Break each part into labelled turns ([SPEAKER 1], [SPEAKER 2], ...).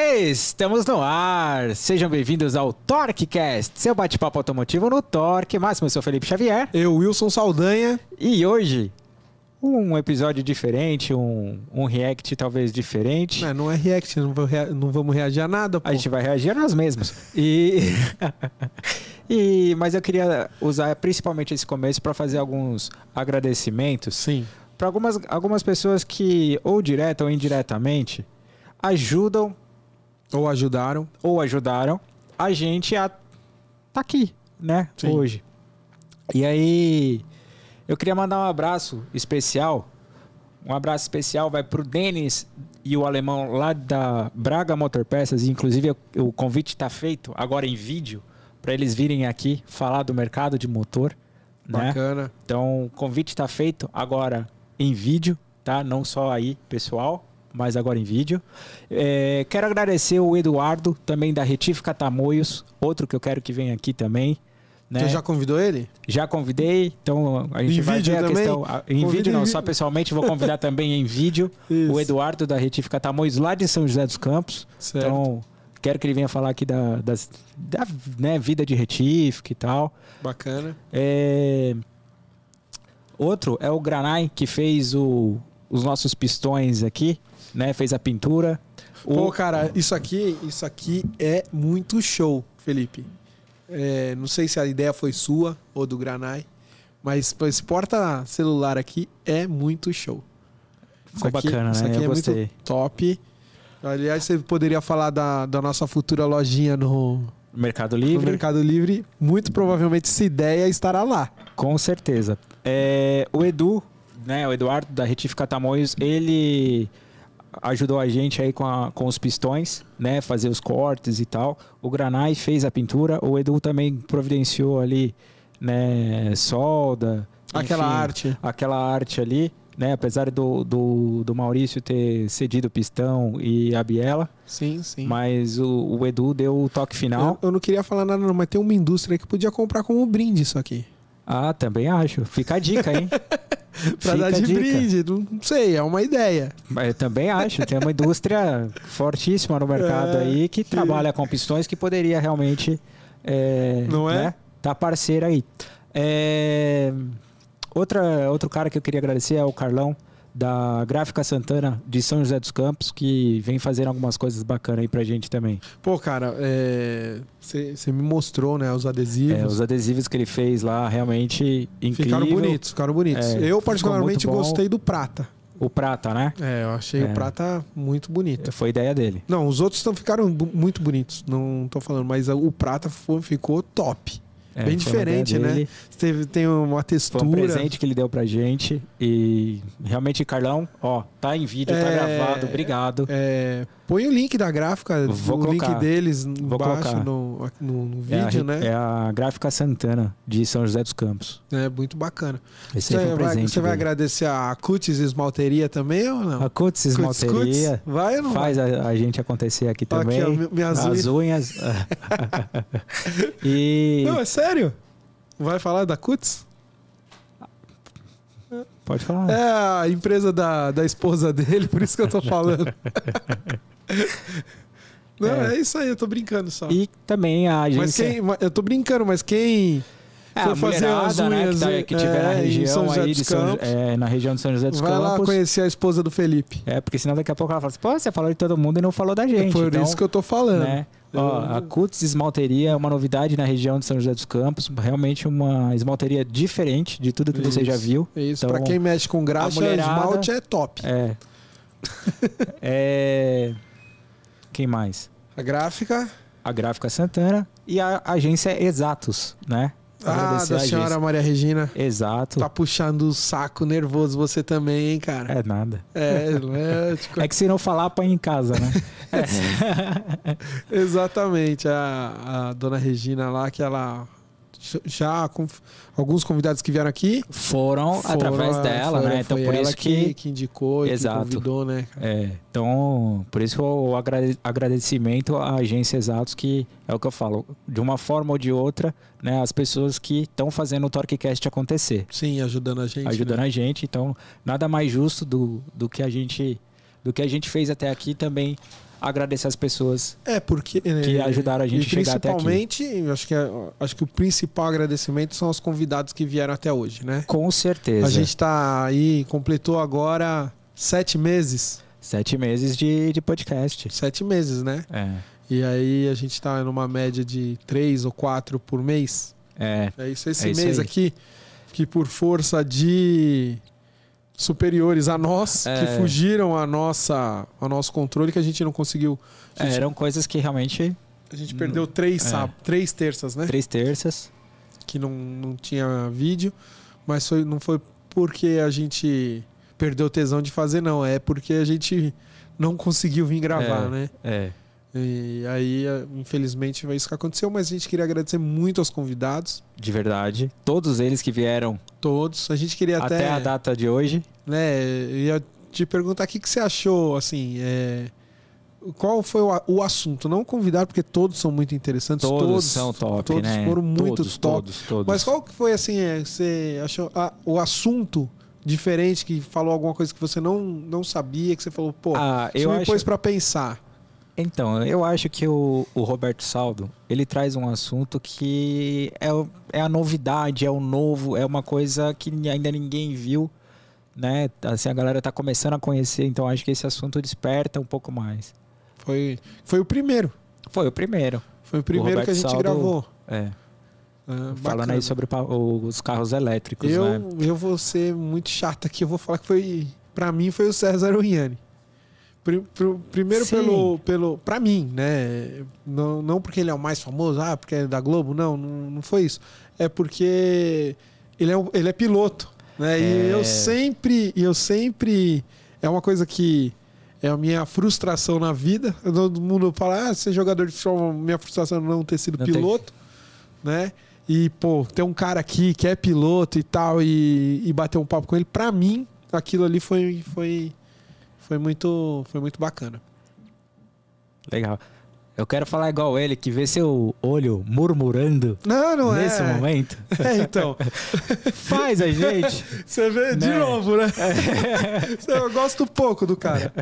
[SPEAKER 1] Estamos no ar! Sejam bem-vindos ao TorqueCast, seu bate-papo automotivo no Torque. Máximo, eu sou Felipe Xavier.
[SPEAKER 2] Eu, Wilson Saldanha.
[SPEAKER 1] E hoje, um episódio diferente, um, um react talvez diferente.
[SPEAKER 2] Não, não é react, não, vou rea- não vamos reagir a nada, pô.
[SPEAKER 1] A gente vai reagir a nós mesmos. E... e- Mas eu queria usar principalmente esse começo para fazer alguns agradecimentos
[SPEAKER 2] Sim.
[SPEAKER 1] para algumas, algumas pessoas que, ou direta ou indiretamente, ajudam
[SPEAKER 2] Ou ajudaram.
[SPEAKER 1] ou ajudaram a gente a tá aqui, né?
[SPEAKER 2] Sim.
[SPEAKER 1] Hoje. E aí, eu queria mandar um abraço especial. Um abraço especial vai pro Denis e o alemão lá da Braga Motor Peças. E, Inclusive, o- o convite tá feito agora em vídeo para eles virem aqui falar do mercado de motor, né?
[SPEAKER 2] Bacana.
[SPEAKER 1] Então, o convite está feito agora em vídeo, tá? Não só aí, pessoal, mas agora em vídeo. É, quero agradecer o Eduardo, também da Retífica Tamoios, outro que eu quero que venha aqui também. Né?
[SPEAKER 2] Você já convidou ele?
[SPEAKER 1] Já convidei, então a gente
[SPEAKER 2] Em
[SPEAKER 1] vai
[SPEAKER 2] vídeo
[SPEAKER 1] ver a
[SPEAKER 2] também?
[SPEAKER 1] questão. a- Em
[SPEAKER 2] Convida
[SPEAKER 1] vídeo
[SPEAKER 2] em
[SPEAKER 1] não,
[SPEAKER 2] vi-
[SPEAKER 1] só pessoalmente, vou convidar também em vídeo o Eduardo da Retífica Tamoios, lá de São José dos Campos.
[SPEAKER 2] Certo.
[SPEAKER 1] Então, quero que ele venha falar aqui da, das- da né, vida de retífica e tal.
[SPEAKER 2] Bacana.
[SPEAKER 1] É, Outro é o Granai, que fez o- os nossos pistões aqui, né? Fez a pintura. O-
[SPEAKER 2] Pô, cara, isso aqui, isso aqui é muito show, Felipe. É, não sei se a ideia foi sua ou do Granai, mas pô, esse porta-celular aqui é muito show.
[SPEAKER 1] Ficou
[SPEAKER 2] aqui-
[SPEAKER 1] bacana,
[SPEAKER 2] isso
[SPEAKER 1] né?
[SPEAKER 2] aqui
[SPEAKER 1] Eu
[SPEAKER 2] é muito
[SPEAKER 1] gostei.
[SPEAKER 2] Top. Aliás, você poderia falar da, da nossa futura lojinha no,
[SPEAKER 1] Mercado
[SPEAKER 2] no
[SPEAKER 1] Livre,
[SPEAKER 2] Mercado Livre. Muito provavelmente essa ideia estará lá.
[SPEAKER 1] com certeza. É, O Edu, né? O Eduardo da Retífica Tamoios, ele ajudou a gente aí com, a- com os pistões, né? Fazer os cortes e tal. O Granai fez a pintura. O Edu também providenciou ali, né? Solda.
[SPEAKER 2] Aquela
[SPEAKER 1] enfim.
[SPEAKER 2] arte.
[SPEAKER 1] aquela arte ali, né? Apesar do, do, do Maurício ter cedido o pistão e a biela,
[SPEAKER 2] Sim, sim.
[SPEAKER 1] mas o, o Edu deu o toque final.
[SPEAKER 2] Eu, eu não queria falar nada, não, mas tem uma indústria que podia comprar como um brinde isso aqui.
[SPEAKER 1] Ah, também acho. Fica a dica, hein?
[SPEAKER 2] Pra
[SPEAKER 1] Fica
[SPEAKER 2] dar de
[SPEAKER 1] a dica.
[SPEAKER 2] brinde. Não, não sei, é uma ideia.
[SPEAKER 1] Mas eu também acho. Tem uma indústria fortíssima no mercado
[SPEAKER 2] É,
[SPEAKER 1] aí que,
[SPEAKER 2] que-
[SPEAKER 1] trabalha com pistões que poderia realmente. É,
[SPEAKER 2] Não é?
[SPEAKER 1] Né? Tá parceira aí. É, Outra, outro cara que eu queria agradecer é o Carlão, da Gráfica Santana de São José dos Campos, que vem fazendo algumas coisas bacanas aí pra gente também.
[SPEAKER 2] Pô, cara, você me mostrou, né, os
[SPEAKER 1] É,
[SPEAKER 2] adesivos.
[SPEAKER 1] os adesivos que ele fez lá, realmente incrível.
[SPEAKER 2] Ficaram bonitos, ficaram bonitos.
[SPEAKER 1] É,
[SPEAKER 2] eu
[SPEAKER 1] ficou
[SPEAKER 2] particularmente
[SPEAKER 1] muito bom.
[SPEAKER 2] gostei do prata.
[SPEAKER 1] O prata, né?
[SPEAKER 2] É, eu achei
[SPEAKER 1] É.
[SPEAKER 2] o prata muito bonito.
[SPEAKER 1] Foi ideia dele.
[SPEAKER 2] Não, os outros tão- ficaram bu- muito bonitos, não tô falando, mas o prata fo- ficou top.
[SPEAKER 1] É,
[SPEAKER 2] Bem
[SPEAKER 1] foi uma ideia
[SPEAKER 2] diferente, né?
[SPEAKER 1] dele.
[SPEAKER 2] Teve, tem uma textura.
[SPEAKER 1] Foi um presente que ele deu pra gente. E realmente, Carlão, ó, tá em vídeo, tá
[SPEAKER 2] É,
[SPEAKER 1] gravado, obrigado.
[SPEAKER 2] É, põe o link da gráfica,
[SPEAKER 1] Vou
[SPEAKER 2] o
[SPEAKER 1] colocar.
[SPEAKER 2] link deles
[SPEAKER 1] Vou
[SPEAKER 2] embaixo
[SPEAKER 1] colocar.
[SPEAKER 2] no, no, no
[SPEAKER 1] É a
[SPEAKER 2] vídeo,
[SPEAKER 1] re-
[SPEAKER 2] né?
[SPEAKER 1] É a Gráfica Santana de São José dos Campos.
[SPEAKER 2] É. muito bacana.
[SPEAKER 1] Esse
[SPEAKER 2] Você,
[SPEAKER 1] aí foi um
[SPEAKER 2] vai,
[SPEAKER 1] presente.
[SPEAKER 2] você vai
[SPEAKER 1] dele.
[SPEAKER 2] agradecer a Cutis Esmalteria também ou não?
[SPEAKER 1] A Cuts
[SPEAKER 2] Cutis
[SPEAKER 1] Esmalteria
[SPEAKER 2] Cutis? Vai ou não?
[SPEAKER 1] faz a, a gente acontecer aqui
[SPEAKER 2] vai?
[SPEAKER 1] também.
[SPEAKER 2] Tá Aqui, ó, mi- minhas
[SPEAKER 1] As
[SPEAKER 2] unhas.
[SPEAKER 1] unhas. e.
[SPEAKER 2] Não, é sério? Vai falar da Cutis?
[SPEAKER 1] Pode falar.
[SPEAKER 2] É a empresa da, da esposa dele, por isso que eu tô falando. não,
[SPEAKER 1] É.
[SPEAKER 2] é. isso aí, eu tô brincando só.
[SPEAKER 1] E também a agência.
[SPEAKER 2] Mas quem, eu tô brincando, mas quem
[SPEAKER 1] É,
[SPEAKER 2] foi
[SPEAKER 1] a
[SPEAKER 2] fazer as
[SPEAKER 1] mulherada,
[SPEAKER 2] unhas,
[SPEAKER 1] né, que, tá-
[SPEAKER 2] é,
[SPEAKER 1] que tiver na
[SPEAKER 2] em São
[SPEAKER 1] região
[SPEAKER 2] José
[SPEAKER 1] aí
[SPEAKER 2] dos
[SPEAKER 1] de São,
[SPEAKER 2] Campos.
[SPEAKER 1] é, na região de São José dos
[SPEAKER 2] vai lá
[SPEAKER 1] Campos.
[SPEAKER 2] conhecer a esposa do Felipe? É
[SPEAKER 1] É, porque senão daqui a pouco ela fala assim, pô, você falou de todo mundo e não falou da gente.
[SPEAKER 2] Por
[SPEAKER 1] então,
[SPEAKER 2] isso que eu tô falando.
[SPEAKER 1] né? Ó, a Cutis Esmalteria é uma novidade na região de São José dos Campos, realmente uma esmalteria diferente de tudo que você já
[SPEAKER 2] Isso.
[SPEAKER 1] viu.
[SPEAKER 2] É Isso,
[SPEAKER 1] Então,
[SPEAKER 2] pra quem mexe com
[SPEAKER 1] a
[SPEAKER 2] graxa,
[SPEAKER 1] mulherada-
[SPEAKER 2] esmalte é top.
[SPEAKER 1] É. é. Quem mais?
[SPEAKER 2] A gráfica,
[SPEAKER 1] A Gráfica Santana e a agência Exatos, né?
[SPEAKER 2] ah,
[SPEAKER 1] Agradecer
[SPEAKER 2] da
[SPEAKER 1] a agência.
[SPEAKER 2] senhora Maria Regina.
[SPEAKER 1] Exato.
[SPEAKER 2] Tá puxando o saco nervoso você também, hein, cara?
[SPEAKER 1] É nada.
[SPEAKER 2] É, é, tipo,
[SPEAKER 1] É que se não falar, apanha em casa, né? É.
[SPEAKER 2] exatamente. A, a dona Regina lá, que ela j- já, com alguns convidados que vieram aqui.
[SPEAKER 1] Foram,
[SPEAKER 2] foram- é,
[SPEAKER 1] através dela,
[SPEAKER 2] foram-
[SPEAKER 1] né? Então
[SPEAKER 2] foi
[SPEAKER 1] por
[SPEAKER 2] ela
[SPEAKER 1] isso que
[SPEAKER 2] que indicou e
[SPEAKER 1] Exato.
[SPEAKER 2] que convidou, né? cara?
[SPEAKER 1] É, então, por isso o agrade- agradecimento à agência Exatos, que é o que eu falo, de uma forma ou de outra, né, as pessoas que estão fazendo o TorqueCast acontecer,
[SPEAKER 2] Sim, ajudando a gente.
[SPEAKER 1] ajudando
[SPEAKER 2] né?
[SPEAKER 1] a gente. Então, nada mais justo do, do que a gente do que a gente fez até aqui também agradecer as pessoas.
[SPEAKER 2] É, porque.
[SPEAKER 1] Que ajudaram a gente
[SPEAKER 2] e
[SPEAKER 1] a chegar até aqui.
[SPEAKER 2] Principalmente, eu acho que, é- acho que o principal agradecimento são os convidados que vieram até hoje, né?
[SPEAKER 1] Com certeza.
[SPEAKER 2] A gente tá aí, completou agora sete meses.
[SPEAKER 1] Sete meses de, de podcast.
[SPEAKER 2] Sete meses, né?
[SPEAKER 1] É.
[SPEAKER 2] E aí a gente tá numa média de três ou quatro por mês.
[SPEAKER 1] É.
[SPEAKER 2] É isso, esse
[SPEAKER 1] É isso
[SPEAKER 2] mês
[SPEAKER 1] aí.
[SPEAKER 2] aqui, que por força de superiores a nós, que
[SPEAKER 1] É.
[SPEAKER 2] fugiram a nossa, ao nosso controle, que a gente não conseguiu. A
[SPEAKER 1] É,
[SPEAKER 2] gente,
[SPEAKER 1] eram coisas que realmente.
[SPEAKER 2] a gente perdeu três,
[SPEAKER 1] É.
[SPEAKER 2] sáb- três terças, né?
[SPEAKER 1] Três terças.
[SPEAKER 2] Que não, não tinha vídeo, mas foi, não foi porque a gente perdeu o tesão de fazer, não. É porque a gente não conseguiu vir gravar,
[SPEAKER 1] É.
[SPEAKER 2] né?
[SPEAKER 1] É.
[SPEAKER 2] E aí, infelizmente, foi isso que aconteceu, mas a gente queria agradecer muito aos convidados,
[SPEAKER 1] De verdade. Todos eles que vieram
[SPEAKER 2] todos. A gente queria
[SPEAKER 1] até,
[SPEAKER 2] até,
[SPEAKER 1] a data de hoje.
[SPEAKER 2] né, eu ia te perguntar o que, que você achou, assim, é, qual foi o, a- o assunto? Não convidar, porque todos são muito interessantes,
[SPEAKER 1] Todos, são top,
[SPEAKER 2] todos
[SPEAKER 1] né?
[SPEAKER 2] foram muito
[SPEAKER 1] todos,
[SPEAKER 2] top.
[SPEAKER 1] Todos, todos.
[SPEAKER 2] Mas qual que foi, assim, é, você achou ah, o assunto diferente, que falou alguma coisa que você não, não sabia, que você falou, pô,
[SPEAKER 1] Ah,
[SPEAKER 2] isso
[SPEAKER 1] eu
[SPEAKER 2] me
[SPEAKER 1] acho.
[SPEAKER 2] pôs pra pensar.
[SPEAKER 1] Então, eu acho que o, o Roberto Saldo, ele traz um assunto que é, o- é a novidade, é o novo, é uma coisa que ni- ainda ninguém viu, né? Assim, a galera tá começando a conhecer, então acho que esse assunto desperta um pouco mais.
[SPEAKER 2] Foi, foi o primeiro,
[SPEAKER 1] Foi o primeiro,
[SPEAKER 2] foi o primeiro que a
[SPEAKER 1] Roberto
[SPEAKER 2] gente
[SPEAKER 1] Saldo- né,
[SPEAKER 2] gravou.
[SPEAKER 1] é.
[SPEAKER 2] Ah,
[SPEAKER 1] Falando
[SPEAKER 2] bacana.
[SPEAKER 1] aí sobre o pa- os carros elétricos,
[SPEAKER 2] Eu,
[SPEAKER 1] né?
[SPEAKER 2] eu vou ser muito chato aqui, eu vou falar que foi. Pra mim foi o César Rugnani. Pri- pro- Primeiro
[SPEAKER 1] Sim.
[SPEAKER 2] pelo, pelo. Pra mim, né? Não, não porque ele é o mais famoso, ah, porque é da Globo, não, não, não foi isso. É porque ele é, um- ele é piloto. Né? E
[SPEAKER 1] É.
[SPEAKER 2] eu sempre. e Eu sempre. É uma coisa que. É a minha frustração na vida. Todo mundo fala, ah, ser jogador de futebol, minha frustração é não ter sido
[SPEAKER 1] Não ter-
[SPEAKER 2] piloto, né? E, pô, ter um cara aqui que é piloto e tal, e, e bater um papo com ele, pra mim, aquilo ali foi, foi, foi, muito, foi muito bacana.
[SPEAKER 1] Legal. Eu quero falar igual ele, que vê seu olho murmurando
[SPEAKER 2] Não, não
[SPEAKER 1] nesse
[SPEAKER 2] é.
[SPEAKER 1] momento.
[SPEAKER 2] É, então.
[SPEAKER 1] Faz a gente.
[SPEAKER 2] Você vê de
[SPEAKER 1] Né?
[SPEAKER 2] novo, né? Eu gosto pouco do cara.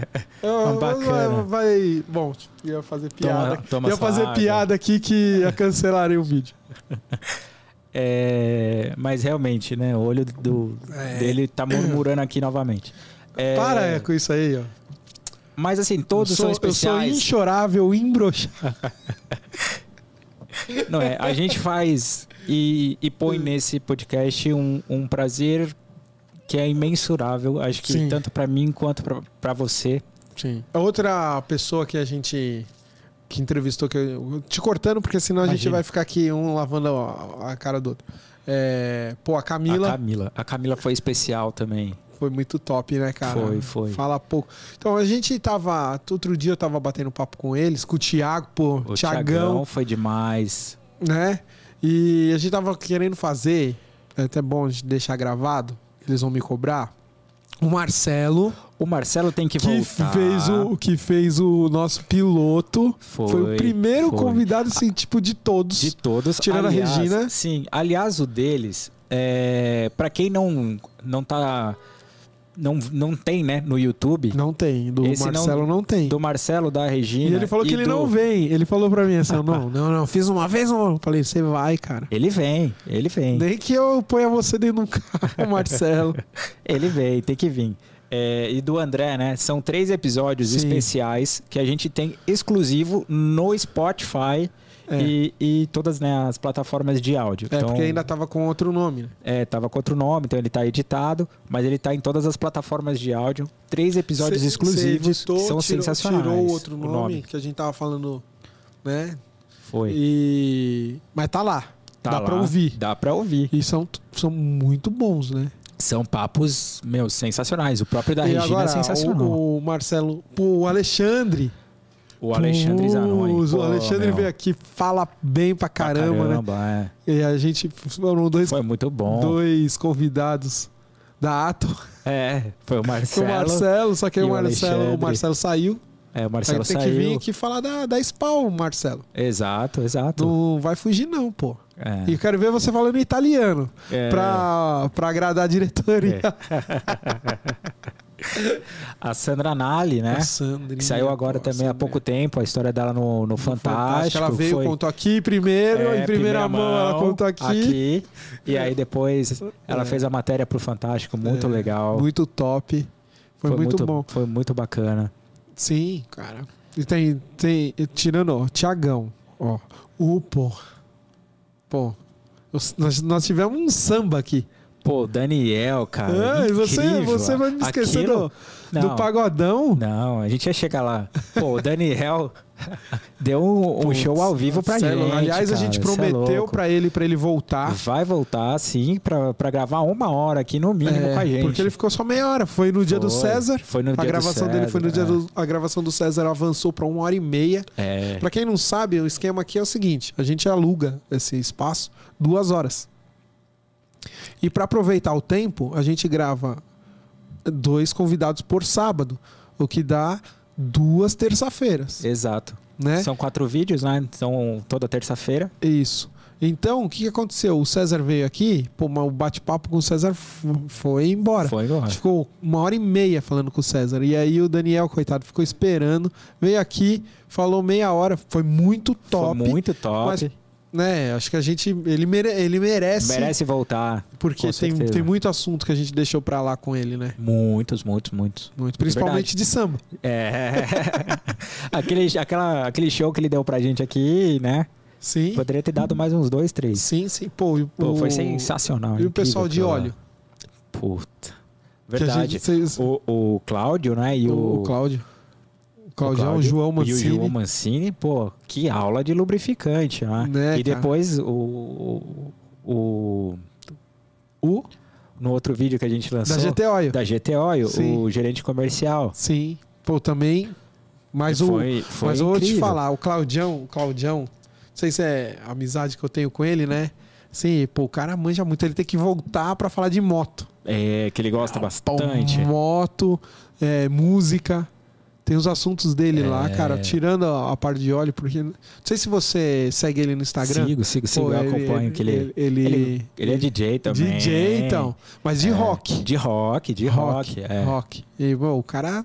[SPEAKER 2] Eu-
[SPEAKER 1] Mas É bacana.
[SPEAKER 2] Vai, vai- bom, ia fazer piada.
[SPEAKER 1] toma
[SPEAKER 2] ia
[SPEAKER 1] sua
[SPEAKER 2] fazer
[SPEAKER 1] água.
[SPEAKER 2] piada aqui que ia cancelarem o vídeo.
[SPEAKER 1] É, mas realmente, né? O olho do,
[SPEAKER 2] É.
[SPEAKER 1] dele tá murmurando aqui novamente. É,
[SPEAKER 2] Para com isso aí, ó.
[SPEAKER 1] Mas assim, todos
[SPEAKER 2] eu sou,
[SPEAKER 1] são
[SPEAKER 2] Eu sou
[SPEAKER 1] especiais.
[SPEAKER 2] inchorável, imbroxável.
[SPEAKER 1] Não é? A gente faz e, e põe nesse podcast um, um prazer que é imensurável. Acho que
[SPEAKER 2] Sim.
[SPEAKER 1] tanto pra mim quanto pra- pra você.
[SPEAKER 2] Sim. A É Outra pessoa que a gente que entrevistou, que eu, te cortando, porque senão a gente
[SPEAKER 1] Imagina.
[SPEAKER 2] vai ficar aqui um lavando a, a cara do outro. É, pô, a Camila
[SPEAKER 1] A Camila. A Camila foi especial também.
[SPEAKER 2] foi muito top, né, cara?
[SPEAKER 1] Foi, foi.
[SPEAKER 2] Fala pouco. Então a gente tava. Outro dia eu tava batendo papo com eles, com o Thiago, pô,
[SPEAKER 1] O
[SPEAKER 2] Thiagão,
[SPEAKER 1] Thiagão foi demais.
[SPEAKER 2] né? E a gente tava querendo fazer, é até bom a gente deixar gravado, eles vão me cobrar. O Marcelo,
[SPEAKER 1] O Marcelo tem que,
[SPEAKER 2] que
[SPEAKER 1] voltar.
[SPEAKER 2] fez, o, que fez o nosso piloto.
[SPEAKER 1] Foi,
[SPEAKER 2] Foi o primeiro
[SPEAKER 1] foi.
[SPEAKER 2] convidado, assim, tipo, de todos.
[SPEAKER 1] De todos.
[SPEAKER 2] Tirando a
[SPEAKER 1] Aliás,
[SPEAKER 2] Regina.
[SPEAKER 1] Sim. Aliás, o deles, é, para quem não, não tá. Não, não tem, né, no YouTube.
[SPEAKER 2] Não tem. Do
[SPEAKER 1] Esse não-
[SPEAKER 2] Marcelo não, tem.
[SPEAKER 1] Do Marcelo, da
[SPEAKER 2] E
[SPEAKER 1] Regina.
[SPEAKER 2] ele falou que ele
[SPEAKER 1] do-
[SPEAKER 2] não vem. Ele falou pra mim assim: não, não, não, fiz uma vez, não. Eu Falei, você vai, cara.
[SPEAKER 1] Ele vem, ele vem.
[SPEAKER 2] Nem que eu ponha você dentro um do carro, Marcelo.
[SPEAKER 1] Ele veio, tem que vir. É, e do André, né? São três episódios
[SPEAKER 2] Sim.
[SPEAKER 1] especiais que a gente tem exclusivo no Spotify
[SPEAKER 2] É.
[SPEAKER 1] e, e todas né, as plataformas de áudio.
[SPEAKER 2] É,
[SPEAKER 1] então,
[SPEAKER 2] porque ainda tava com outro nome, né?
[SPEAKER 1] é, tava com outro nome, então ele tá editado, mas ele tá em todas as plataformas de áudio. Três episódios
[SPEAKER 2] Cê-
[SPEAKER 1] exclusivos
[SPEAKER 2] cê editou,
[SPEAKER 1] que são
[SPEAKER 2] tirou,
[SPEAKER 1] sensacionais.
[SPEAKER 2] Tirou outro
[SPEAKER 1] o
[SPEAKER 2] nome, que a gente tava falando, né?
[SPEAKER 1] Foi.
[SPEAKER 2] E. Mas tá lá.
[SPEAKER 1] Tá
[SPEAKER 2] dá
[SPEAKER 1] lá,
[SPEAKER 2] pra ouvir.
[SPEAKER 1] Dá pra ouvir.
[SPEAKER 2] E são, são muito bons, né?
[SPEAKER 1] São papos, meu, sensacionais. O próprio da
[SPEAKER 2] e
[SPEAKER 1] Regina
[SPEAKER 2] agora,
[SPEAKER 1] é sensacional. O,
[SPEAKER 2] O, o Marcelo. Pô, o Alexandre.
[SPEAKER 1] Alexandre Zanoni.
[SPEAKER 2] Putz, O
[SPEAKER 1] pô,
[SPEAKER 2] Alexandre
[SPEAKER 1] meu,
[SPEAKER 2] veio aqui, fala bem pra
[SPEAKER 1] pra
[SPEAKER 2] caramba, né?
[SPEAKER 1] caramba, é.
[SPEAKER 2] E a gente foram dois,
[SPEAKER 1] Foi muito bom.
[SPEAKER 2] dois convidados da Ato.
[SPEAKER 1] É, foi o Marcelo.
[SPEAKER 2] O Marcelo, só que
[SPEAKER 1] e
[SPEAKER 2] o
[SPEAKER 1] o
[SPEAKER 2] Marcelo, o
[SPEAKER 1] Alexandre.
[SPEAKER 2] Marcelo saiu.
[SPEAKER 1] É, o
[SPEAKER 2] Aí
[SPEAKER 1] Marcelo
[SPEAKER 2] tem
[SPEAKER 1] saiu.
[SPEAKER 2] que vir aqui falar da, da SPAL, Marcelo.
[SPEAKER 1] Exato, exato.
[SPEAKER 2] Não vai fugir, não, pô.
[SPEAKER 1] É,
[SPEAKER 2] E eu quero ver você falando italiano
[SPEAKER 1] é,
[SPEAKER 2] pra, pra agradar a diretoria.
[SPEAKER 1] A Sandra Nali, né?
[SPEAKER 2] A Sandrinha,
[SPEAKER 1] que saiu agora
[SPEAKER 2] pô, a
[SPEAKER 1] também há pouco tempo, a história dela no, no Fantástico.
[SPEAKER 2] Ela veio,
[SPEAKER 1] foi-
[SPEAKER 2] contou aqui primeiro,
[SPEAKER 1] É,
[SPEAKER 2] em primeira mão, ela contou aqui.
[SPEAKER 1] aqui. E aí depois ela fez a matéria pro Fantástico, muito
[SPEAKER 2] É,
[SPEAKER 1] legal.
[SPEAKER 2] Muito top. Foi, muito, bom.
[SPEAKER 1] Foi muito bacana.
[SPEAKER 2] Sim, cara. E tem, tem e tirando, ó, Tiagão, ó, o pô. Pô, os- nós, nós tivemos um samba aqui.
[SPEAKER 1] Pô, Daniel, cara.
[SPEAKER 2] Ah, e você,
[SPEAKER 1] incrível.
[SPEAKER 2] você vai me esquecer
[SPEAKER 1] Aquilo-
[SPEAKER 2] do,
[SPEAKER 1] Não.
[SPEAKER 2] do pagodão?
[SPEAKER 1] Não, a gente ia chegar lá. Pô, o Daniel deu um, um
[SPEAKER 2] Putz,
[SPEAKER 1] show ao vivo pra
[SPEAKER 2] cê é
[SPEAKER 1] gente.
[SPEAKER 2] louco. Aliás, a
[SPEAKER 1] cara,
[SPEAKER 2] gente
[SPEAKER 1] cê é
[SPEAKER 2] prometeu
[SPEAKER 1] louco.
[SPEAKER 2] pra ele pra ele voltar.
[SPEAKER 1] Vai voltar, sim, pra, pra gravar uma hora aqui, no mínimo,
[SPEAKER 2] É,
[SPEAKER 1] com a gente.
[SPEAKER 2] Porque ele ficou só meia hora. Foi no dia do
[SPEAKER 1] Foi,
[SPEAKER 2] César.
[SPEAKER 1] Foi no
[SPEAKER 2] a
[SPEAKER 1] dia do
[SPEAKER 2] gravação dele foi no
[SPEAKER 1] César,
[SPEAKER 2] dia do. A gravação do César avançou pra uma hora e meia.
[SPEAKER 1] É.
[SPEAKER 2] Pra quem não sabe, o esquema aqui é o seguinte: a gente aluga esse espaço duas horas. E pra aproveitar o tempo, a gente grava dois convidados por sábado, o que dá duas terça-feiras,
[SPEAKER 1] É, exato.
[SPEAKER 2] né?
[SPEAKER 1] São quatro vídeos, né? São toda terça-feira.
[SPEAKER 2] Isso. Então, o que que aconteceu? O César veio aqui, pô, mas o bate-papo com o César f- foi embora.
[SPEAKER 1] Foi
[SPEAKER 2] A
[SPEAKER 1] embora.
[SPEAKER 2] gente ficou uma hora e meia falando com o César. E aí o Daniel, coitado, ficou esperando. Veio aqui, falou meia hora. Foi muito top.
[SPEAKER 1] Foi muito top.
[SPEAKER 2] Mas, assim- né, acho que a gente. Ele, mere- ele merece.
[SPEAKER 1] Merece voltar.
[SPEAKER 2] porque
[SPEAKER 1] com
[SPEAKER 2] tem,
[SPEAKER 1] certeza.
[SPEAKER 2] tem muito assunto que a gente deixou pra lá com ele, né?
[SPEAKER 1] Muitos, muitos, muitos.
[SPEAKER 2] Muito. Principalmente de samba.
[SPEAKER 1] É. aquele, aquela, aquele show que ele deu pra gente aqui, né?
[SPEAKER 2] Sim.
[SPEAKER 1] Poderia ter dado mais uns dois, três.
[SPEAKER 2] Sim, sim. Pô, e o-
[SPEAKER 1] Pô, foi sensacional.
[SPEAKER 2] E o
[SPEAKER 1] incrível
[SPEAKER 2] pessoal de
[SPEAKER 1] aquilo lá.
[SPEAKER 2] óleo.
[SPEAKER 1] Puta.
[SPEAKER 2] Que a
[SPEAKER 1] Verdade.
[SPEAKER 2] gente- vocês-
[SPEAKER 1] O, o Cláudio, né? E o,
[SPEAKER 2] o, Cláudio. O Cláudio, é um
[SPEAKER 1] Cláudio
[SPEAKER 2] João
[SPEAKER 1] E o
[SPEAKER 2] Mancini.
[SPEAKER 1] João Mancini, pô, que aula de lubrificante, né?
[SPEAKER 2] Né,
[SPEAKER 1] e
[SPEAKER 2] cara?
[SPEAKER 1] depois o, o.
[SPEAKER 2] O
[SPEAKER 1] No outro vídeo que a gente lançou.
[SPEAKER 2] É da GT Oil.
[SPEAKER 1] da GTO,
[SPEAKER 2] Sim.
[SPEAKER 1] o gerente comercial.
[SPEAKER 2] Sim. Pô, também. Mas o,
[SPEAKER 1] foi, foi
[SPEAKER 2] Mas eu vou te
[SPEAKER 1] incrível.
[SPEAKER 2] falar, o Claudião, o Claudião, não sei se é a amizade que eu tenho com ele, né? Sim, pô, o cara manja muito. Ele tem que voltar pra falar de moto.
[SPEAKER 1] É, que ele gosta
[SPEAKER 2] Pô,
[SPEAKER 1] bastante.
[SPEAKER 2] moto, é, música. Tem os assuntos dele
[SPEAKER 1] É.
[SPEAKER 2] lá, cara. Tirando a, a parte de óleo, porque. Não sei se você segue ele no Instagram.
[SPEAKER 1] Sigo, sigo, sigo.
[SPEAKER 2] tá Pô,
[SPEAKER 1] eu
[SPEAKER 2] ele-
[SPEAKER 1] acompanho que ele, ele,
[SPEAKER 2] Ele,
[SPEAKER 1] é DJ também.
[SPEAKER 2] DJ, então. Mas de
[SPEAKER 1] É,
[SPEAKER 2] rock.
[SPEAKER 1] De rock, de rock. é.
[SPEAKER 2] Rock. E, pô, o cara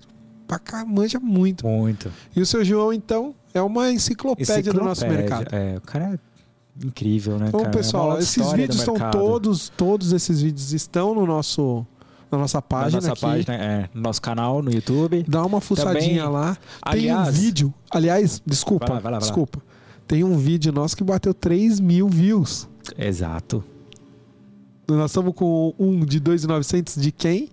[SPEAKER 2] pra cá manja muito.
[SPEAKER 1] Muito.
[SPEAKER 2] E o seu João, então, é uma enciclopédia do nosso
[SPEAKER 1] Enciclopédia,
[SPEAKER 2] mercado.
[SPEAKER 1] É, o cara é incrível, né,
[SPEAKER 2] Então,
[SPEAKER 1] cara? É
[SPEAKER 2] pessoal,
[SPEAKER 1] uma
[SPEAKER 2] esses
[SPEAKER 1] história do
[SPEAKER 2] vídeos estão
[SPEAKER 1] mercado.
[SPEAKER 2] todos, todos esses vídeos estão no nosso, na nossa
[SPEAKER 1] na
[SPEAKER 2] página
[SPEAKER 1] nossa
[SPEAKER 2] aqui.
[SPEAKER 1] página, é, no nosso canal no YouTube.
[SPEAKER 2] Dá uma fuçadinha
[SPEAKER 1] Também,
[SPEAKER 2] lá. Tem um
[SPEAKER 1] aliás-
[SPEAKER 2] vídeo, aliás, desculpa,
[SPEAKER 1] Vai lá, vai lá, vai lá.
[SPEAKER 2] desculpa. Tem um vídeo nosso que bateu 3 mil views.
[SPEAKER 1] Exato.
[SPEAKER 2] Nós estamos com um de 2,900 de quem?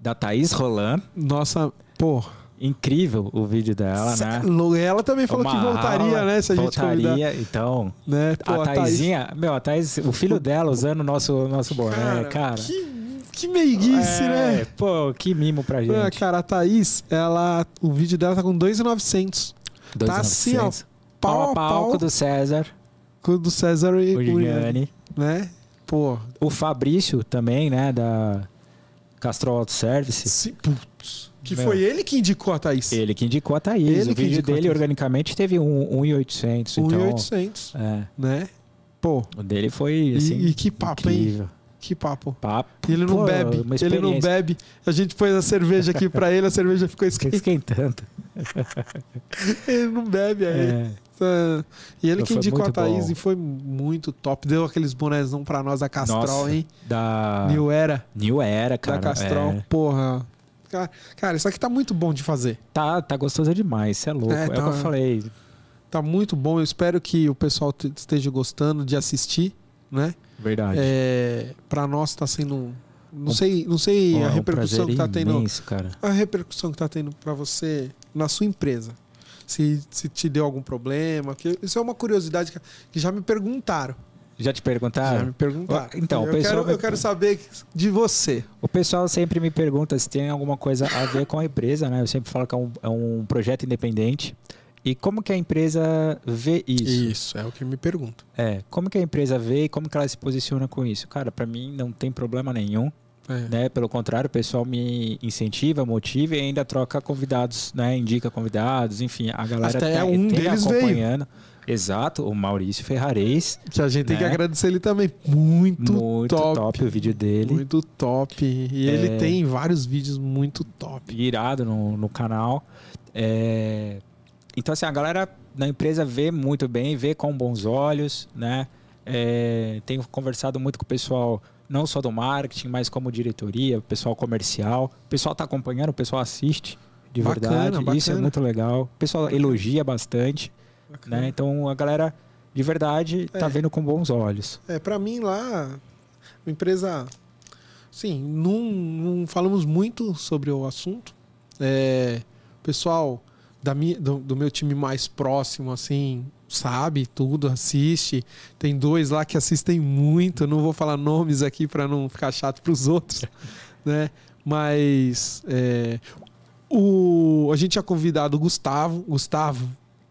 [SPEAKER 1] Da Thaís Roland.
[SPEAKER 2] Nossa, pô.
[SPEAKER 1] Incrível o vídeo dela,
[SPEAKER 2] cê- é
[SPEAKER 1] né?
[SPEAKER 2] Ela também falou
[SPEAKER 1] Uma
[SPEAKER 2] que voltaria,
[SPEAKER 1] aula,
[SPEAKER 2] né? Se a gente
[SPEAKER 1] voltaria,
[SPEAKER 2] convidar.
[SPEAKER 1] então.
[SPEAKER 2] Né? Pô,
[SPEAKER 1] a
[SPEAKER 2] Thaís-
[SPEAKER 1] Thaizinha, meu, a Thaís, o filho dela usando o nosso, nosso boné, é, cara.
[SPEAKER 2] Que, que meiguice, né?
[SPEAKER 1] É, Pô, que mimo pra gente.
[SPEAKER 2] Ah, cara, a Thaís, ela, o vídeo dela tá com 2,900.
[SPEAKER 1] Dois
[SPEAKER 2] tá assim, ó,
[SPEAKER 1] 900.
[SPEAKER 2] Pau
[SPEAKER 1] pau a pau com o do César,
[SPEAKER 2] com o do César e
[SPEAKER 1] o
[SPEAKER 2] o Ian,
[SPEAKER 1] Giuliani.
[SPEAKER 2] né? Pô,
[SPEAKER 1] O Fabrício também, né, da Castro Auto Service.
[SPEAKER 2] se- putz, que
[SPEAKER 1] Meu.
[SPEAKER 2] foi ele que indicou a Thaís.
[SPEAKER 1] Ele que indicou a Thaís.
[SPEAKER 2] Ele
[SPEAKER 1] o
[SPEAKER 2] que
[SPEAKER 1] vídeo
[SPEAKER 2] indicou a
[SPEAKER 1] dele,
[SPEAKER 2] Thaís.
[SPEAKER 1] organicamente, teve um, um 1,800. Então,
[SPEAKER 2] 1,800,
[SPEAKER 1] é,
[SPEAKER 2] né? Pô,
[SPEAKER 1] o dele foi,
[SPEAKER 2] e-
[SPEAKER 1] assim,
[SPEAKER 2] e, que papo, hein?
[SPEAKER 1] incrível.
[SPEAKER 2] Que papo.
[SPEAKER 1] Papo.
[SPEAKER 2] E ele não
[SPEAKER 1] Pô,
[SPEAKER 2] bebe,
[SPEAKER 1] uma
[SPEAKER 2] ele não
[SPEAKER 1] experiência.
[SPEAKER 2] bebe. A gente pôs a cerveja aqui pra ele, a cerveja ficou esquecida.
[SPEAKER 1] Esquentando.
[SPEAKER 2] Ele não bebe aí.
[SPEAKER 1] É.
[SPEAKER 2] Tá. E ele
[SPEAKER 1] Então
[SPEAKER 2] que
[SPEAKER 1] foi
[SPEAKER 2] indicou a
[SPEAKER 1] muito
[SPEAKER 2] Thaís
[SPEAKER 1] bom.
[SPEAKER 2] e foi muito top. Deu aqueles bonézão pra nós da Castrol,
[SPEAKER 1] Nossa,
[SPEAKER 2] hein?
[SPEAKER 1] Da New,
[SPEAKER 2] New Era
[SPEAKER 1] Era, cara.
[SPEAKER 2] da Castrol.
[SPEAKER 1] é.
[SPEAKER 2] Porra. Cara, cara, isso aqui tá muito bom de fazer.
[SPEAKER 1] Tá, tá gostoso demais, você é louco.
[SPEAKER 2] É,
[SPEAKER 1] É,
[SPEAKER 2] tá-
[SPEAKER 1] o que eu falei.
[SPEAKER 2] Tá muito bom. Eu espero que o pessoal te- esteja gostando de assistir, né?
[SPEAKER 1] Verdade.
[SPEAKER 2] É, para nós tá sendo um- não sei, não sei
[SPEAKER 1] Pô, é
[SPEAKER 2] a
[SPEAKER 1] um
[SPEAKER 2] repercussão
[SPEAKER 1] prazer
[SPEAKER 2] que tá tendo,
[SPEAKER 1] imenso, cara.
[SPEAKER 2] a repercussão que tá tendo para você na sua empresa. Se, se te deu algum problema, que isso é uma curiosidade que, que já me perguntaram.
[SPEAKER 1] Já te
[SPEAKER 2] já me
[SPEAKER 1] perguntaram?
[SPEAKER 2] perguntaram.
[SPEAKER 1] então, o
[SPEAKER 2] eu,
[SPEAKER 1] pessoal
[SPEAKER 2] quero,
[SPEAKER 1] me-
[SPEAKER 2] eu quero saber de você.
[SPEAKER 1] O pessoal sempre me pergunta se tem alguma coisa a ver com a empresa, né? Eu sempre falo que é um, é um projeto independente. E como que a empresa vê isso?
[SPEAKER 2] é o que me perguntam.
[SPEAKER 1] É, como que a empresa vê e como que ela se posiciona com isso? Cara, pra mim não tem problema nenhum,
[SPEAKER 2] É.
[SPEAKER 1] né? Pelo contrário, o pessoal me incentiva, motiva e ainda troca convidados, né? Indica convidados, enfim, a galera
[SPEAKER 2] Até
[SPEAKER 1] tá,
[SPEAKER 2] um
[SPEAKER 1] tem
[SPEAKER 2] deles veio.
[SPEAKER 1] acompanhando. Exato, o Maurício Ferrarez.
[SPEAKER 2] Que a gente tem
[SPEAKER 1] Né?
[SPEAKER 2] que agradecer ele também. Muito,
[SPEAKER 1] Muito top,
[SPEAKER 2] top.
[SPEAKER 1] o vídeo dele.
[SPEAKER 2] Muito top. E
[SPEAKER 1] É.
[SPEAKER 2] ele tem vários vídeos muito top.
[SPEAKER 1] irado no, no canal. É, Então, assim, a galera da empresa vê muito bem, vê com bons olhos, né? É, Tenho conversado muito com o pessoal, não só do marketing, mas como diretoria, pessoal comercial. O pessoal tá acompanhando, o pessoal assiste, de
[SPEAKER 2] Bacana,
[SPEAKER 1] verdade. Isso é
[SPEAKER 2] bacana.
[SPEAKER 1] muito legal. O pessoal elogia bastante, né? Então, a galera, de verdade, tá
[SPEAKER 2] É.
[SPEAKER 1] vendo com bons olhos.
[SPEAKER 2] É, pra mim lá, uma empresa. Sim, não, não falamos muito sobre o assunto. É, o pessoal da minha, do, do meu time mais próximo, assim, sabe tudo, assiste. Tem dois lá que assistem muito. eu Não vou falar nomes aqui pra não ficar chato pros outros, né? Mas é, o, a gente tinha convidado o Gustavo. Gustavo,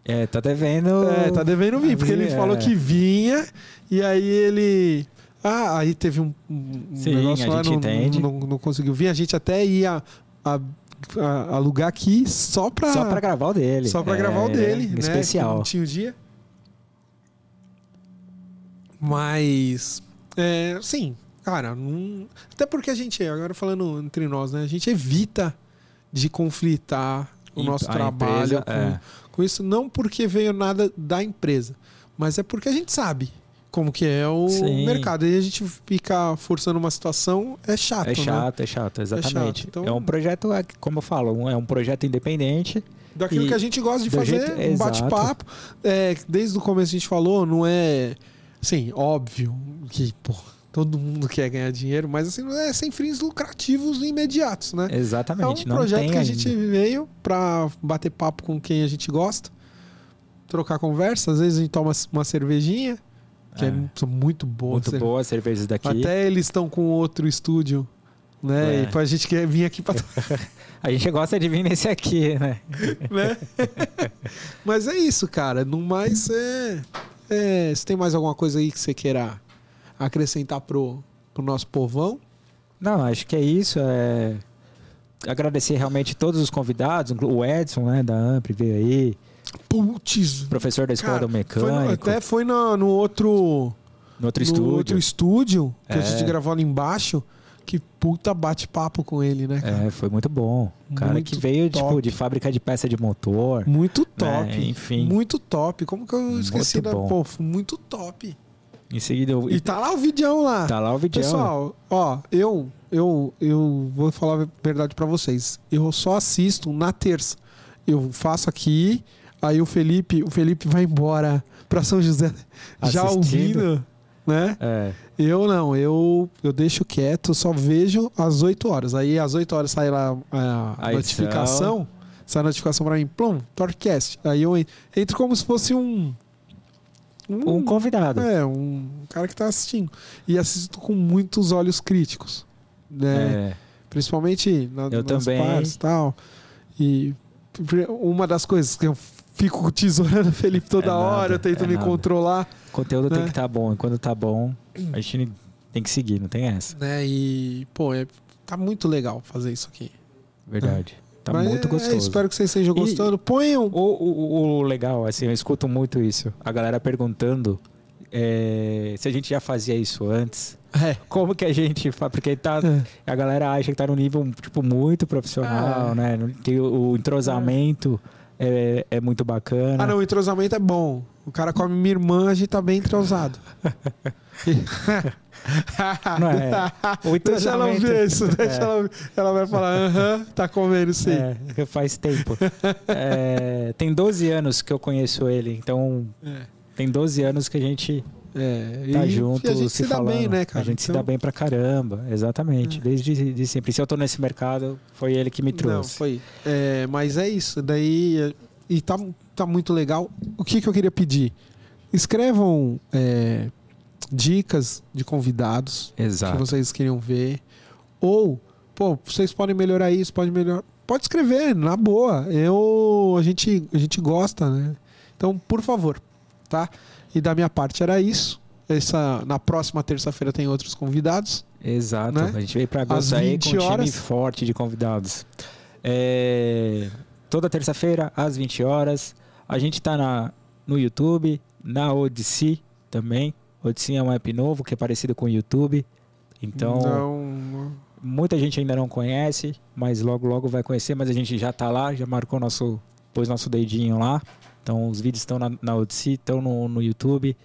[SPEAKER 1] É, tá devendo...
[SPEAKER 2] é, tá devendo vir, porque ele
[SPEAKER 1] É.
[SPEAKER 2] falou que vinha, e aí ele. Ah, aí teve um, um um
[SPEAKER 1] Sim,
[SPEAKER 2] negócio
[SPEAKER 1] a
[SPEAKER 2] lá,
[SPEAKER 1] gente
[SPEAKER 2] não,
[SPEAKER 1] entende.
[SPEAKER 2] Não, não conseguiu vir. A gente até ia a- a- alugar aqui só pra,
[SPEAKER 1] Só pra gravar o dele.
[SPEAKER 2] Ah! só pra
[SPEAKER 1] É,
[SPEAKER 2] gravar o dele, né? que
[SPEAKER 1] Especial.
[SPEAKER 2] Não tinha o dia. Mas. É, sim, cara, não- até porque a gente, agora falando entre nós, né? A gente evita de conflitar o
[SPEAKER 1] E
[SPEAKER 2] nosso
[SPEAKER 1] a
[SPEAKER 2] trabalho
[SPEAKER 1] empresa,
[SPEAKER 2] com,
[SPEAKER 1] é.
[SPEAKER 2] com isso, não porque veio nada da empresa, mas é porque a gente sabe como que é o
[SPEAKER 1] Sim.
[SPEAKER 2] mercado. E a gente ficar forçando uma situação é chato,
[SPEAKER 1] É
[SPEAKER 2] né?
[SPEAKER 1] chato, é chato, exatamente.
[SPEAKER 2] chato, então-
[SPEAKER 1] É um projeto, é, como eu falo, um- é um projeto independente.
[SPEAKER 2] Daquilo
[SPEAKER 1] E-
[SPEAKER 2] que a gente gosta de
[SPEAKER 1] do
[SPEAKER 2] fazer,
[SPEAKER 1] jeito-
[SPEAKER 2] um
[SPEAKER 1] exato.
[SPEAKER 2] bate-papo. É, desde o começo a gente falou, não é. Sim, óbvio que, pô, todo mundo quer ganhar dinheiro, mas assim, não é sem fins lucrativos imediatos, né? É um
[SPEAKER 1] Exatamente. não
[SPEAKER 2] projeto
[SPEAKER 1] tem
[SPEAKER 2] que a
[SPEAKER 1] ainda.
[SPEAKER 2] gente veio pra bater papo com quem a gente gosta, trocar conversa, às vezes a gente toma uma cervejinha, que é,
[SPEAKER 1] É.
[SPEAKER 2] muito- muito boa.
[SPEAKER 1] Muito
[SPEAKER 2] cerve-
[SPEAKER 1] boa as cervejas daqui.
[SPEAKER 2] Até eles estão com outro estúdio, né?
[SPEAKER 1] É.
[SPEAKER 2] E pra gente quer vir aqui pra
[SPEAKER 1] A gente gosta de vir nesse aqui, né?
[SPEAKER 2] né? Mas é isso, cara. No mais, é, é. Se tem mais alguma coisa aí que você queira acrescentar pro, pro nosso povão,
[SPEAKER 1] Não, acho que é isso. É... Agradecer realmente todos os convidados, inclu- o Edson, né, da Ampli veio aí,
[SPEAKER 2] putz.
[SPEAKER 1] professor da Escola
[SPEAKER 2] Cara,
[SPEAKER 1] do
[SPEAKER 2] Foi no-
[SPEAKER 1] Mecânico,
[SPEAKER 2] até foi no, no outro
[SPEAKER 1] no outro
[SPEAKER 2] no
[SPEAKER 1] estúdio.
[SPEAKER 2] outro estúdio que a
[SPEAKER 1] É.
[SPEAKER 2] gente gravou ali embaixo. Que puta bate-papo com ele, né, cara?
[SPEAKER 1] É, foi muito bom. O cara
[SPEAKER 2] Muito
[SPEAKER 1] que veio, tipo,
[SPEAKER 2] top.
[SPEAKER 1] de fábrica de peça de motor.
[SPEAKER 2] Muito top.
[SPEAKER 1] Né? Enfim,
[SPEAKER 2] Muito top. Como que eu esqueci
[SPEAKER 1] Muito
[SPEAKER 2] da.
[SPEAKER 1] bom.
[SPEAKER 2] Pô, muito top.
[SPEAKER 1] em seguida eu...
[SPEAKER 2] E tá lá o videão lá.
[SPEAKER 1] tá lá o vídeo.
[SPEAKER 2] Pessoal, ó, eu, eu, eu vou falar a verdade pra vocês. Eu só assisto na terça. Eu faço aqui, aí o Felipe, o Felipe vai embora pra São José já
[SPEAKER 1] Assistindo.
[SPEAKER 2] ouvindo, né?
[SPEAKER 1] É,
[SPEAKER 2] Eu não, eu, eu deixo quieto, só vejo às 8 horas. Aí às 8 horas sai lá a
[SPEAKER 1] Aí
[SPEAKER 2] notificação, sai a notificação pra mim, plum, Torcast. Aí eu en- entro como se fosse um
[SPEAKER 1] um convidado.
[SPEAKER 2] é, um cara que tá assistindo. E assisto com muitos olhos críticos. Né?
[SPEAKER 1] É.
[SPEAKER 2] Principalmente na,
[SPEAKER 1] Eu
[SPEAKER 2] nas
[SPEAKER 1] também.
[SPEAKER 2] partes e tal. E pr- uma das coisas que eu fico tesourando o Felipe toda
[SPEAKER 1] É nada,
[SPEAKER 2] hora, eu tento
[SPEAKER 1] é
[SPEAKER 2] me
[SPEAKER 1] nada.
[SPEAKER 2] controlar.
[SPEAKER 1] O conteúdo tem
[SPEAKER 2] né?
[SPEAKER 1] que estar bom. E quando tá bom, a gente tem que seguir, não tem essa.
[SPEAKER 2] Né? E, pô, é- tá muito legal fazer isso aqui.
[SPEAKER 1] Verdade. Tá
[SPEAKER 2] Mas
[SPEAKER 1] muito
[SPEAKER 2] é-
[SPEAKER 1] gostoso.
[SPEAKER 2] espero que vocês estejam
[SPEAKER 1] E-
[SPEAKER 2] gostando. um. Ponham.
[SPEAKER 1] o, o- o legal, assim, eu escuto muito isso. A galera perguntando é, se a gente já fazia isso antes.
[SPEAKER 2] É.
[SPEAKER 1] Como que a gente faz? Porque tá, a galera acha que tá num nível, tipo, muito profissional,
[SPEAKER 2] Ah.
[SPEAKER 1] né? Não tem o, o entrosamento é, é muito bacana.
[SPEAKER 2] Ah, não, o entrosamento é bom. O cara come minha irmã, a gente tá bem entrosado.
[SPEAKER 1] Não é. O
[SPEAKER 2] Deixa ela
[SPEAKER 1] entrosamento-
[SPEAKER 2] ver isso, deixa
[SPEAKER 1] É.
[SPEAKER 2] ela ver. Ela vai falar, aham, tá comendo sim.
[SPEAKER 1] É, faz tempo. É, tem 12 anos que eu conheço ele, então
[SPEAKER 2] É.
[SPEAKER 1] tem 12 anos que a gente
[SPEAKER 2] É,
[SPEAKER 1] tá
[SPEAKER 2] e
[SPEAKER 1] junto,
[SPEAKER 2] a gente
[SPEAKER 1] se,
[SPEAKER 2] se, dá
[SPEAKER 1] falando.
[SPEAKER 2] bem, né, cara?
[SPEAKER 1] A gente se
[SPEAKER 2] Então-
[SPEAKER 1] dá bem pra caramba, exatamente. Desde de sempre. Se eu tô nesse mercado, foi ele que me trouxe.
[SPEAKER 2] Não, foi. É, mas é isso, daí. é, E tá, tá muito legal. O que, que eu queria pedir? Escrevam é, dicas de convidados que
[SPEAKER 1] Exato.
[SPEAKER 2] vocês queriam ver. Ou, pô, vocês podem melhorar isso, pode melhorar. Pode escrever, na boa. Eu, a gente, a gente gosta, né? Então, por favor, tá? E da minha parte era isso. Essa, na próxima terça-feira tem outros convidados.
[SPEAKER 1] Exato.
[SPEAKER 2] né?
[SPEAKER 1] A gente veio pra
[SPEAKER 2] Às
[SPEAKER 1] agosto aí com
[SPEAKER 2] 20
[SPEAKER 1] um time
[SPEAKER 2] horas.
[SPEAKER 1] forte de convidados. É, Toda terça-feira, às 20 horas. A gente tá na no YouTube, na Odyssey também. Odyssey é um app novo que é parecido com o YouTube. Então,
[SPEAKER 2] Não, não.
[SPEAKER 1] muita gente ainda não conhece, mas logo logo vai conhecer, mas a gente já tá lá, já marcou nosso, pôs nosso dedinho lá. Então os vídeos estão na, na Odyssey, estão no, no YouTube.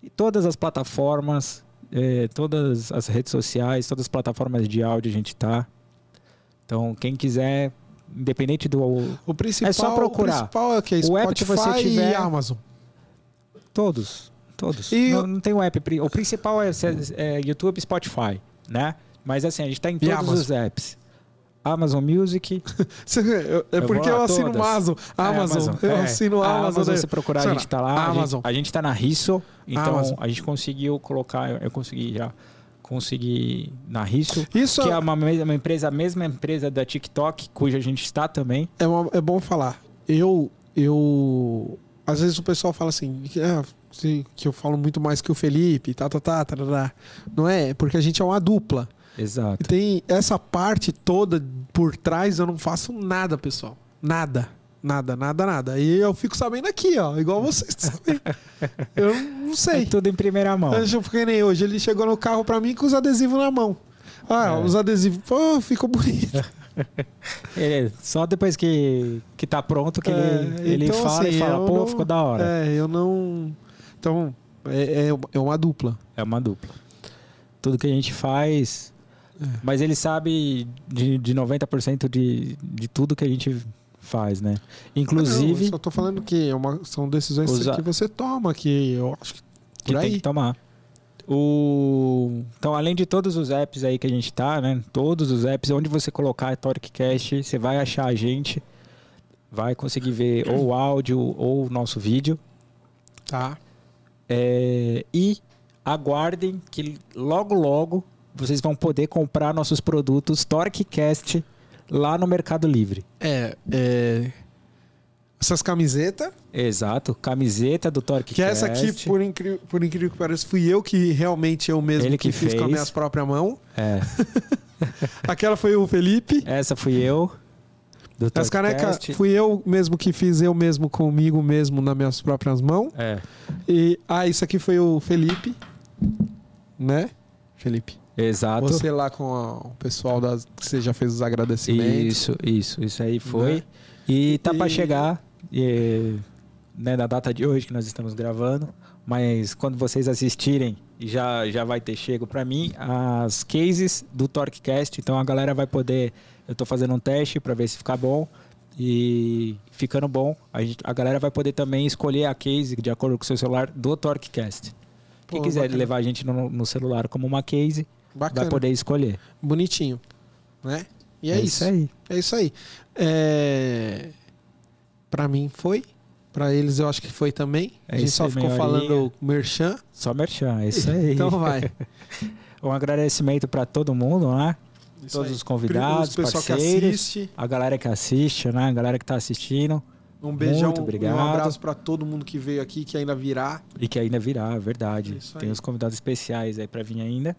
[SPEAKER 1] E todas as plataformas, eh, todas as redes sociais, todas as plataformas de áudio a gente tá. Então quem quiser, independente do
[SPEAKER 2] O principal,
[SPEAKER 1] É só procurar.
[SPEAKER 2] O principal é o que é
[SPEAKER 1] O
[SPEAKER 2] Spotify
[SPEAKER 1] app que você tiver-
[SPEAKER 2] e Amazon.
[SPEAKER 1] Todos. Todos.
[SPEAKER 2] E
[SPEAKER 1] não,
[SPEAKER 2] o-
[SPEAKER 1] não tem um app. pri- O principal é, é YouTube Spotify, né? Mas assim, a gente tá em todos
[SPEAKER 2] Amazon.
[SPEAKER 1] os apps. Amazon Music.
[SPEAKER 2] É
[SPEAKER 1] Eu vou
[SPEAKER 2] porque eu,
[SPEAKER 1] lá
[SPEAKER 2] assino
[SPEAKER 1] todas.
[SPEAKER 2] Amazon. Amazon. Eu
[SPEAKER 1] é.
[SPEAKER 2] assino
[SPEAKER 1] A
[SPEAKER 2] Amazon. né?
[SPEAKER 1] se procurar, a
[SPEAKER 2] Sei
[SPEAKER 1] gente
[SPEAKER 2] lá,
[SPEAKER 1] tá lá. A
[SPEAKER 2] Amazon.
[SPEAKER 1] gente, a gente tá na Risso. Então,
[SPEAKER 2] Amazon.
[SPEAKER 1] a gente conseguiu colocar... Eu consegui já... Consegui na Risso.
[SPEAKER 2] Isso
[SPEAKER 1] Que
[SPEAKER 2] é-
[SPEAKER 1] é uma, mes- uma empresa, a mesma empresa da TikTok, cuja a gente está também.
[SPEAKER 2] é, uma- é bom falar. Eu, eu. Às vezes o pessoal fala assim, que, ah, sim, que eu falo muito mais que o Felipe, tá, tá, tá, tá, tá, tá. Não é? Porque a gente é uma dupla. E
[SPEAKER 1] Exato.
[SPEAKER 2] tem essa parte toda por trás, eu não faço nada, pessoal. Nada. Nada, nada, nada. E eu fico sabendo aqui, ó, igual vocês sabem. Eu não
[SPEAKER 1] É
[SPEAKER 2] sei.
[SPEAKER 1] tudo em primeira mão.
[SPEAKER 2] Antes eu fiquei nem hoje. Ele chegou no carro pra mim com os adesivos na mão. Ah,
[SPEAKER 1] É.
[SPEAKER 2] os adesivos. Pô, ficou bonito.
[SPEAKER 1] É, só depois que, que tá pronto que
[SPEAKER 2] É,
[SPEAKER 1] ele, ele
[SPEAKER 2] então,
[SPEAKER 1] fala
[SPEAKER 2] assim,
[SPEAKER 1] e fala,
[SPEAKER 2] eu
[SPEAKER 1] pô,
[SPEAKER 2] não-
[SPEAKER 1] ficou da hora.
[SPEAKER 2] É, eu não. Então, é, é- é uma dupla.
[SPEAKER 1] É uma dupla. Tudo que a gente faz.
[SPEAKER 2] É.
[SPEAKER 1] Mas ele sabe de, de 90% de, de tudo que a gente faz, né?
[SPEAKER 2] Não, eu
[SPEAKER 1] Inclusive,
[SPEAKER 2] só tô falando que é uma- são decisões
[SPEAKER 1] Os a-
[SPEAKER 2] que você toma, que eu acho que.
[SPEAKER 1] que
[SPEAKER 2] Por
[SPEAKER 1] tem que tá-
[SPEAKER 2] aí.
[SPEAKER 1] tomar. O... Então, além de todos os apps aí que a gente tá, né? Todos os apps, onde você colocar TorqueCast, você vai achar a gente. Vai conseguir ver ou o áudio ou o nosso vídeo.
[SPEAKER 2] Tá.
[SPEAKER 1] É, e aguardem que logo, logo vocês vão poder comprar nossos produtos TorqueCast lá no Mercado Livre.
[SPEAKER 2] É. é, Essas camisetas.
[SPEAKER 1] Exato, camiseta do TorqueCast.
[SPEAKER 2] Que é essa aqui, por incrível, por incrível que pareça, fui eu que realmente eu mesmo
[SPEAKER 1] Ele que
[SPEAKER 2] fiz com
[SPEAKER 1] fez.
[SPEAKER 2] as minhas próprias mãos.
[SPEAKER 1] É,
[SPEAKER 2] Aquela foi o Felipe.
[SPEAKER 1] essa fui eu. Do
[SPEAKER 2] As canecas
[SPEAKER 1] TorqueCast.
[SPEAKER 2] fui eu mesmo que fiz, eu mesmo comigo mesmo nas minhas próprias mãos.
[SPEAKER 1] É,
[SPEAKER 2] E ah, isso aqui foi o Felipe, né? Felipe.
[SPEAKER 1] exato.
[SPEAKER 2] Você lá com a- o pessoal das que você já fez os agradecimentos.
[SPEAKER 1] Isso, isso, isso aí foi.
[SPEAKER 2] Né?
[SPEAKER 1] E tá pra
[SPEAKER 2] E-
[SPEAKER 1] chegar, e, né, na data de hoje que nós estamos gravando, mas quando vocês assistirem, já, já vai ter chego pra mim as cases do TorqueCast, então a galera vai poder, eu tô fazendo um teste pra ver se fica bom. E ficando bom, a, gente- a galera vai poder também escolher a case de acordo com o seu celular do TorqueCast. Quem
[SPEAKER 2] Pô,
[SPEAKER 1] quiser
[SPEAKER 2] bacana.
[SPEAKER 1] levar a gente no, no celular como uma case,
[SPEAKER 2] Bacana.
[SPEAKER 1] vai poder escolher.
[SPEAKER 2] Bonitinho, né? E é, isso.
[SPEAKER 1] aí.
[SPEAKER 2] É isso aí. É... Para mim foi. Pra eles eu acho que foi também.
[SPEAKER 1] É
[SPEAKER 2] a gente
[SPEAKER 1] isso
[SPEAKER 2] só
[SPEAKER 1] aí,
[SPEAKER 2] ficou
[SPEAKER 1] meia
[SPEAKER 2] falando
[SPEAKER 1] horinha.
[SPEAKER 2] merchan.
[SPEAKER 1] Só merchan, é isso aí.
[SPEAKER 2] Então vai.
[SPEAKER 1] Um agradecimento para todo mundo, né?
[SPEAKER 2] Isso
[SPEAKER 1] Todos
[SPEAKER 2] aí.
[SPEAKER 1] os convidados,
[SPEAKER 2] Os pessoal que
[SPEAKER 1] parceiros,
[SPEAKER 2] assiste.
[SPEAKER 1] a galera que assiste, né? A galera que tá assistindo
[SPEAKER 2] Um beijão,
[SPEAKER 1] Muito obrigado.
[SPEAKER 2] e um abraço pra todo mundo que veio aqui, que ainda virá.
[SPEAKER 1] e que ainda virá, é verdade.
[SPEAKER 2] Isso
[SPEAKER 1] Tem
[SPEAKER 2] aí.
[SPEAKER 1] os convidados especiais aí para vir ainda.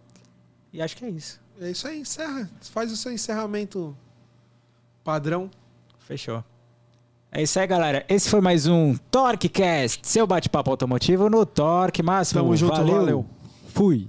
[SPEAKER 1] E acho que é isso.
[SPEAKER 2] É isso aí, encerra. Faz o seu encerramento padrão.
[SPEAKER 1] Fechou. É isso aí, galera. Esse foi mais um TorqueCast, seu bate-papo automotivo no Torque Máximo.
[SPEAKER 2] Tamo junto,
[SPEAKER 1] valeu.
[SPEAKER 2] valeu.
[SPEAKER 1] Fui.